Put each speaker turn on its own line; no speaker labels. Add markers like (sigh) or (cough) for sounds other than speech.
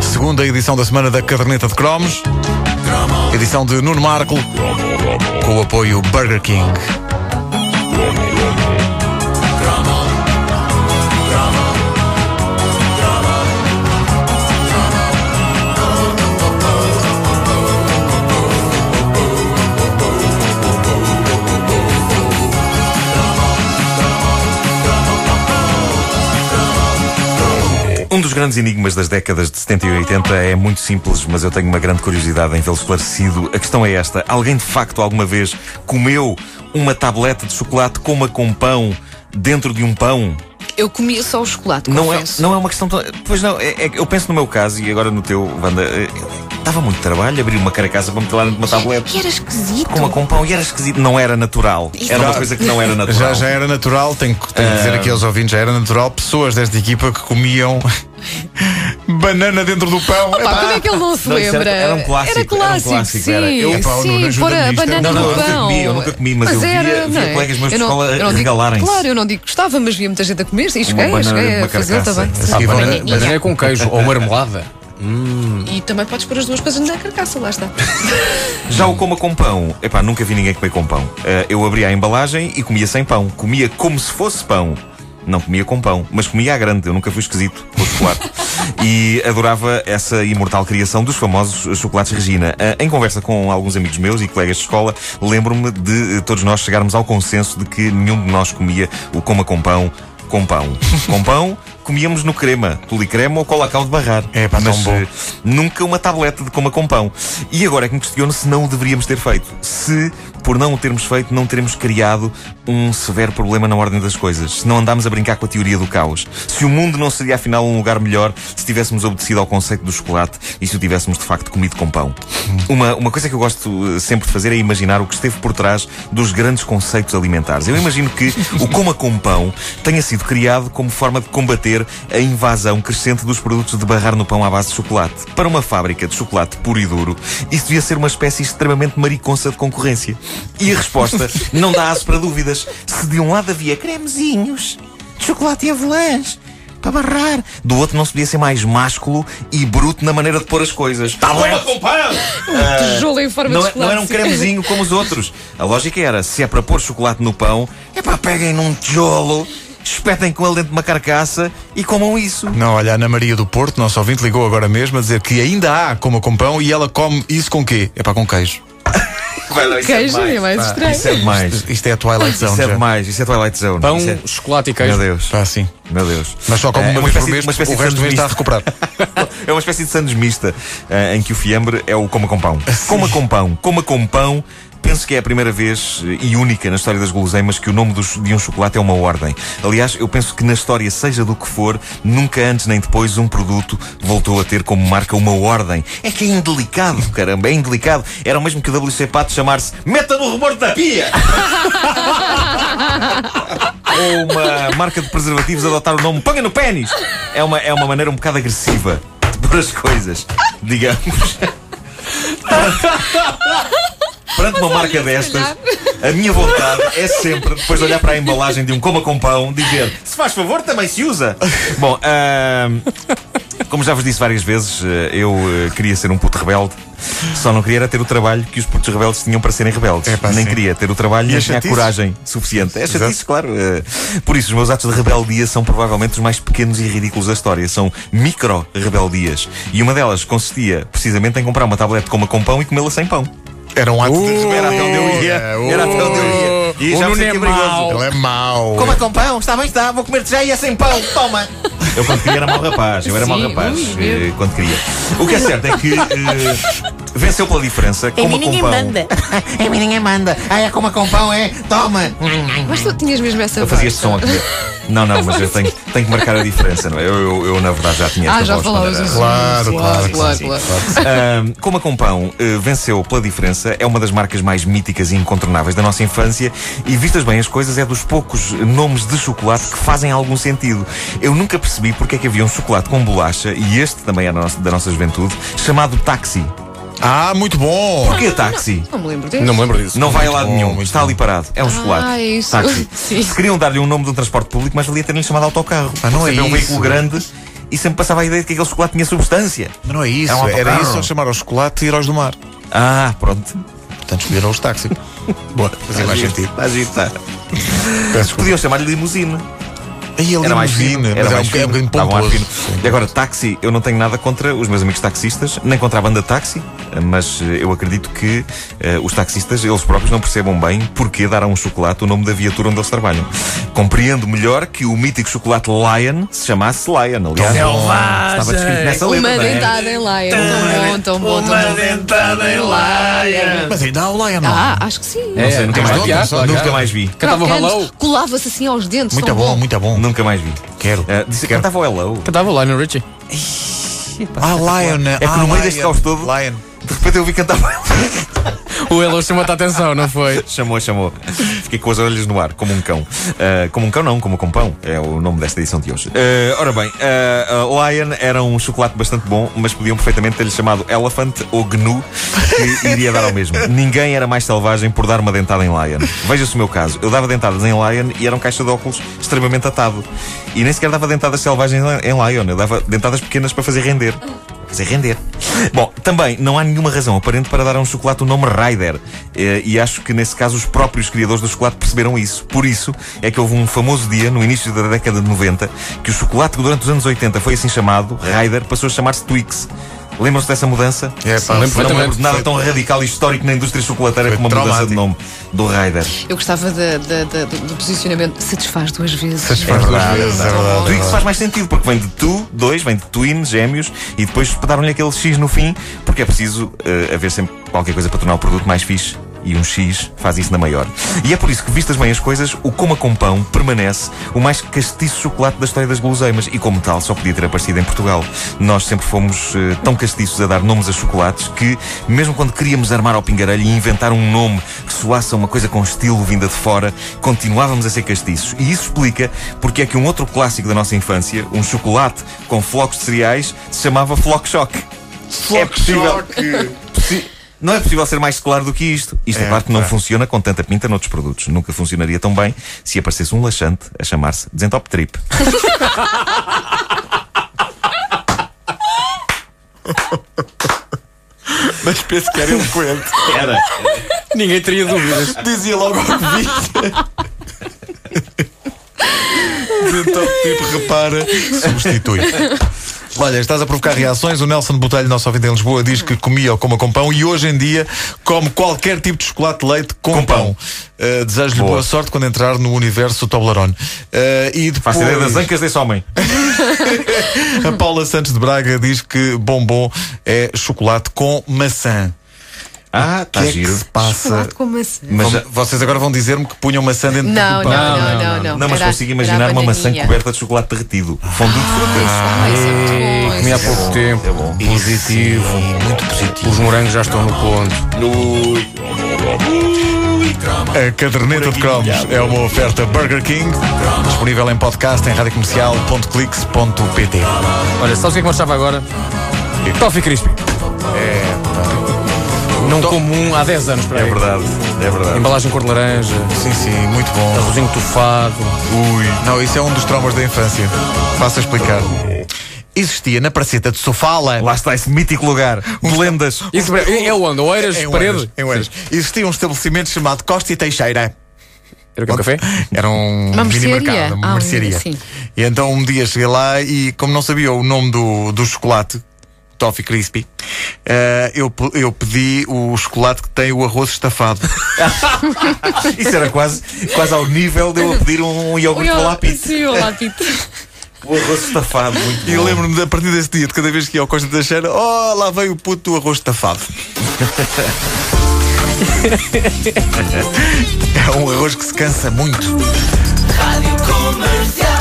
segunda edição da semana da Caderneta de Cromos. Edição de Nuno Marco, com o apoio Burger King.
Um dos grandes enigmas das décadas de 70 e 80 é muito simples, mas eu tenho uma grande curiosidade em vê-lo esclarecido. A questão é esta: alguém de facto alguma vez comeu uma tableta de chocolate com uma com pão dentro de um pão?
Eu comia só o chocolate,
Não é,
confesso.
não é uma questão tão. Pois não, é, é que eu penso no meu caso e agora no teu, Wanda. eh, eh, Dava muito trabalho abrir uma carcaça para meter lá dentro de uma tableta
E era esquisito.
Tá é com uma com pão e era esquisito, não era natural.
Isso.
Era uma
Já-
coisa que não (laughs) era
Já,
natural.
já era natural, tenho, que- tenho que dizer aqui aos ouvintes, já era natural pessoas desta equipa que comiam (laughs) banana dentro do pão.
Pá,
Epá,
como é que ele não se
Não, isso era-
lembra?
era um clássico,
Era clássico,
era um clássico,
sim.
era. Eu-
Epá, o Nuno
sim,
ajuda-me
pôr a
nisto.
banana
Não,
no
não, eu nunca
pão.
comi, eu nunca comi, mas eu via-
era,
via
não é?
colegas meus de
Eu não-
escola
eu não digo-
regalarem-se.
Claro, eu não digo que gostava, mas via muita gente a comer. E cheguei,
banana
cheguei
numa
a tá fazê-lo
carcaça.
também.
Ah,
E
banana-
banana-
Mas é com queijo ou marmelada.
E também podes pôr as duas coisas na carcaça, lá está.
Já o coma com pão. Epá, nunca vi ninguém comer com pão. Eh, eu abria a embalagem e comia sem pão. Comia como se fosse pão. Não comia com pão, mas comia à grande. Eu nunca fui esquisito
(laughs)
com chocolate. e adorava essa imortal criação dos famosos chocolates Regina. Eh, em conversa com alguns amigos meus e colegas de escola, lembro-me de eh, todos nós chegarmos ao consenso de que nenhum de nós comia o coma com pão
(laughs)
com pão. com pão, comíamos no crema, tulicrema ou colacau de barrar.
É, pá, tão
Mas,
bom.
eh, Nunca uma tableta de coma com pão. E agora é que me questiono se não o deveríamos ter feito. Se, por não o termos feito, não teremos criado um severo problema na ordem das coisas. Se não andámos a brincar com a teoria do caos. Se o mundo não seria afinal um lugar melhor se tivéssemos obedecido ao conceito do chocolate e se o tivéssemos de facto comido com pão. Uma, uma coisa que eu gosto eh, sempre de fazer é imaginar o que esteve por trás dos grandes conceitos alimentares. Eu imagino que o coma com pão tenha sido criado como forma de combater a invasão crescente dos produtos de barrar no pão à base de chocolate. Para uma fábrica de chocolate puro e duro, isso devia ser uma espécie extremamente mariconça de concorrência. E a resposta não dá aço para dúvidas. Se de um lado havia cremezinhos, de chocolate e avelãs, para barrar, do outro não se podia ser mais másculo e bruto na maneira de pôr as coisas. Coma com pão!
Tijolo em forma
Ah, não,
de
é- não
chocolate.
era um cremezinho como os outros. A lógica era, se é para pôr chocolate no pão, é para peguem num tijolo, espetem com ele dentro de uma carcaça e comam isso.
Não, olha, a Ana Maria do Porto, nosso ouvinte, ligou agora mesmo a dizer que ainda há coma com pão e ela come isso com quê? É pá, com queijo.
Vai lá, isso
Queijo, é mais
pá.
estranho.
Isso é demais.
Isto é a Twilight Zone.
Isso é
já.
demais. Isso é Twilight Zone.
Pão,
Isso é-
chocolate e
Meu
queijo.
Deus.
Pá, sim.
Meu Deus.
Mas só como
É
uma,
uma
vez por
espécie-
mês,
uma espécie
o
de
resto do mês está a
sanduíche.
recuperar.
É uma espécie de sandes mista eh, em que o fiambre é o coma com pão. Coma com pão, coma com pão. Penso que é a primeira vez eh, e única na história das guloseimas que o nome dos- de um chocolate é uma ordem. Aliás, eu penso que na história, seja do que for, nunca antes nem depois um produto voltou a ter como marca uma ordem. É que é indelicado, caramba, é indelicado. Era o mesmo que o WC Pato chamar-se Meta no Remorso da Pia! ou uma marca de preservativos adotar o nome Ponga no Pénis. É uma, é uma maneira um bocado agressiva de pôr as coisas, digamos. Perante uma marca destas, a minha vontade é sempre, depois de olhar para a embalagem de um coma com pão, dizer se faz favor, também se usa. Bom, ahm, como já vos disse várias vezes, eh, eu eh, queria ser um puto rebelde. Só não queria era ter o trabalho que os putos rebeldes tinham para serem rebeldes.
Epá,
Nem
sim.
queria ter o trabalho
E
e
a
nem tinha a
chatice?
coragem suficiente. É
Exato.
chatice, claro. eh, Por isso, os meus atos de rebeldia são provavelmente os mais pequenos e ridículos da história. São micro-rebeldias. E uma delas consistia precisamente em comprar uma tablete com uma com pão e comê-la sem pão.
Era um ato de
(laughs) Era até onde eu ia. Era até onde eu ia. E
o
já me
Nuno
senti
é
perigoso.
mau.
Ele é mau.
Coma com pão, está bem, está, vou comer-te já e é sem pão, toma! Eu quando queria era mau rapaz, eu era
Sim,
mau rapaz
ui,
eh, quando queria. O que é certo é que eh, venceu pela diferença,
Em
coma
mim
com
ninguém
pão.
manda. em mim ninguém manda. Ah, é como com pão, é? Toma.
Mas tu tinhas mesmo essa
Eu
voz.
fazia este som aqui. Não, não, mas eu tenho,
(laughs)
tenho que marcar a diferença, não é? Eu, eu, eu, na verdade já tinha
Ah,
esta
já
voz quando
falavas
era-
assim.
Claro, claro,
claro,
sim,
claro.
Ahm, Coma com Pão eh, venceu pela diferença, é uma das marcas mais míticas e incontornáveis da nossa infância e, vistas bem as coisas, é dos poucos nomes de chocolate que fazem algum sentido. Eu nunca percebi porque é que havia um chocolate com bolacha, e este também era nosso- da nossa juventude, chamado táxi.
Ah, muito bom.
Porquê táxi?
Não me lembro dele.
Não me lembro disso.
Não vai a lado
bom,
nenhum,
muito
está
bom.
ali parado. É um chocolate.
Ah, isso.
Táxi.
(laughs) Sim.
Se queriam dar-lhe um nome de um transporte público, mas valia ter-lhe chamado autocarro.
Ah, não é
Sempre um
isso.
veículo grande e sempre passava a ideia de que aquele chocolate tinha substância.
Mas não é isso.
É um
era
autocarro.
isso ou chamar ao chocolate e heróis do mar.
Ah, pronto.
Portanto, escolheram os
(laughs)
táxis. Boa, fazia mais
Agir,
sentido.
agir, tá.
Peço desculpa.
Podiam chamar-lhe limusine.
Aí a
Era mais fino.
limusine, mas era um
fino.
bocadinho- um bocadinho
Dava um ar
pomposo.
fino. E agora, táxi, eu não tenho nada contra os meus amigos taxistas, nem contra a banda táxi, mas eh, eu acredito que eh, os taxistas, eles próprios, não percebam bem porquê dar a um chocolate o nome da viatura onde eles trabalham. Compreendo melhor que o mítico chocolate Lion se chamasse Lion, aliás. Estava descrito nessa letra,
Uma
não é?
dentada em laia. Tão bom, tão bom, tão bom.
dentada em Lion.
Mas ainda há o Lion, não.
Ah, acho que sim.
É,
sei, nunca
há,
mais
vi,
há,
só
há.
Nunca mais vi.
Cantava o
Crocante,
Hello.
Colava-se assim aos dentes.
Muito
tão
bom, muito bom.
Nunca mais vi.
Quero.
Eh, disse que cantava o Hello.
Cantava o Lionel Richie.
Ah, Lion.
É que no meio deste caos todo-
Lion.
De repente eu vi cantar o Hello.
O Hello chamou-te a atenção, não
(laughs)
foi?
Chamou, chamou. Fiquei com as orelhas no ar, como um cão. Ah, como um cão, não, como um compão. É o nome desta edição de hoje. Ah, ora bem, ah, ah, Lion era um chocolate bastante bom, mas podiam perfeitamente ter-lhe chamado Elephant ou Gnu, que iria dar ao mesmo. Ninguém era mais selvagem por dar uma dentada em Lion. Veja-se o meu caso. Eu dava dentadas em Lion e era um caixa de óculos extremamente atado. E nem sequer dava dentadas selvagens em Lion. Eu dava dentadas pequenas para fazer render. Fazer render. Bom, também não há nenhuma razão aparente para dar a um chocolate o nome Ryder. Eh, E acho que nesse caso os próprios criadores do chocolate perceberam isso. Por isso é que houve um famoso dia, no início da década de 90, que o chocolate que durante os anos 80 foi assim chamado, Ryder, passou a chamar-se Twix. Lembram-se dessa mudança?
É, pá,
Eu
Lembro
não me
perfeitamente.
lembro de nada tão radical e histórico na indústria chocolateira
Foi
como a mudança
traumático.
de nome do Ryder.
Eu gostava da- da- da- do, do posicionamento. Satisfaz duas vezes.
Satisfaz duas vezes, é verdade.
Twix faz mais sentido, porque vem de tu, dois, vem de twin, gêmeos, e depois espetaram-lhe aquele X no fim, porque é preciso eh, haver sempre qualquer coisa para tornar o produto mais fixe. E um X faz isso na maior. E é por isso que, vistas bem as coisas, o Coma com Pão permanece o mais castiço chocolate da história das guloseimas e, como tal, só podia ter aparecido em Portugal. Nós sempre fomos eh, tão castiços a dar nomes a chocolates que, mesmo quando queríamos armar ao pingarelho e inventar um nome que soasse a uma coisa com estilo vinda de fora, continuávamos a ser castiços. E isso explica porque é que um outro clássico da nossa infância, um chocolate com flocos de cereais, se chamava Flock Shock. é possível. Possi- Não é possível ser mais claro do que isto. Isto é,
É,
claro que não
é.
funciona com tanta pinta noutros produtos. Nunca funcionaria tão bem se aparecesse um laxante a chamar-se Desentop Trip.
Mas penso que era eloquente.
Era.
Ninguém teria dúvidas.
Dizia logo ao que via. Então, tipo, repara, substitui. Olha, estás a provocar reações. O Nelson Botelho, nosso ouvinte em Lisboa, diz que comia ou coma com pão e hoje em dia come qualquer tipo de chocolate de leite com,
Com
pão.
pão.
Uh, Desejo-lhe boa.
Boa
sorte quando entrar no universo Toblerone. Uh, e depois...
Faço ideia das ancas desse homem.
A Paula Santos de Braga diz que bombom é chocolate com maçã.
Ah,
O
está
que é
giro.
que se passa?
Chocolate com maçã.
Mas
Vão-
já-
Vocês agora vão dizer-me que punham maçã dentro
assim? Não, não,
do pão.
não, não,
não,
não,
Não, mas
Era-
consigo
era a
imaginar uma maçã
bananinha.
coberta de chocolate derretido. Fondue de fruta.
Ah, isso é muito bom,
Comi há
isso é
pouco
bom.
tempo.
é bom.
Positivo. Muito positivo. Os morangos já estão no ponto.
A caderneta de cromos é uma oferta Burger King, disponível em podcast em radiocomercial.clix.pt.
Olha, sabes o que é que me achava agora? Toffee Crispy. Não como um há 10 anos, para
É
aí.
verdade, é
(laughs)
verdade.
Embalagem cor de laranja,
Sim, sim, muito bom.
arrozinho tufado.
Ui. Não, isso é um dos traumas da infância. Faça explicar. Existia na praceta de Sofala.
Lá está esse mítico lugar de lendas.
Isso é é onde? Oeiras,
Em Oeiras,
parede?
em Oeiras. Existia um estabelecimento chamado Costa e Teixeira.
Era o que, um café?
É Era um
Uma
mini
mercearia.
mercado, uma
Ah, um
mercearia.
mini- sim.
E então um dia cheguei lá e, como não sabia o nome do, do chocolate, Toffee Crispy, eh, eu, pe- eu pedi o chocolate que tem o arroz (laughs) estafado.
Isso era quase, quase ao nível de eu pedir um iogurte
Olha,
com lápis.
Sim, o lápite.
O arroz estafado, muito
e lembro-me, a partir desse dia, de cada vez que ia ao Costa da Cheira, oh, lá veio o puto do arroz estafado. (laughs) é um arroz que se cansa muito.
Rádio Comercial.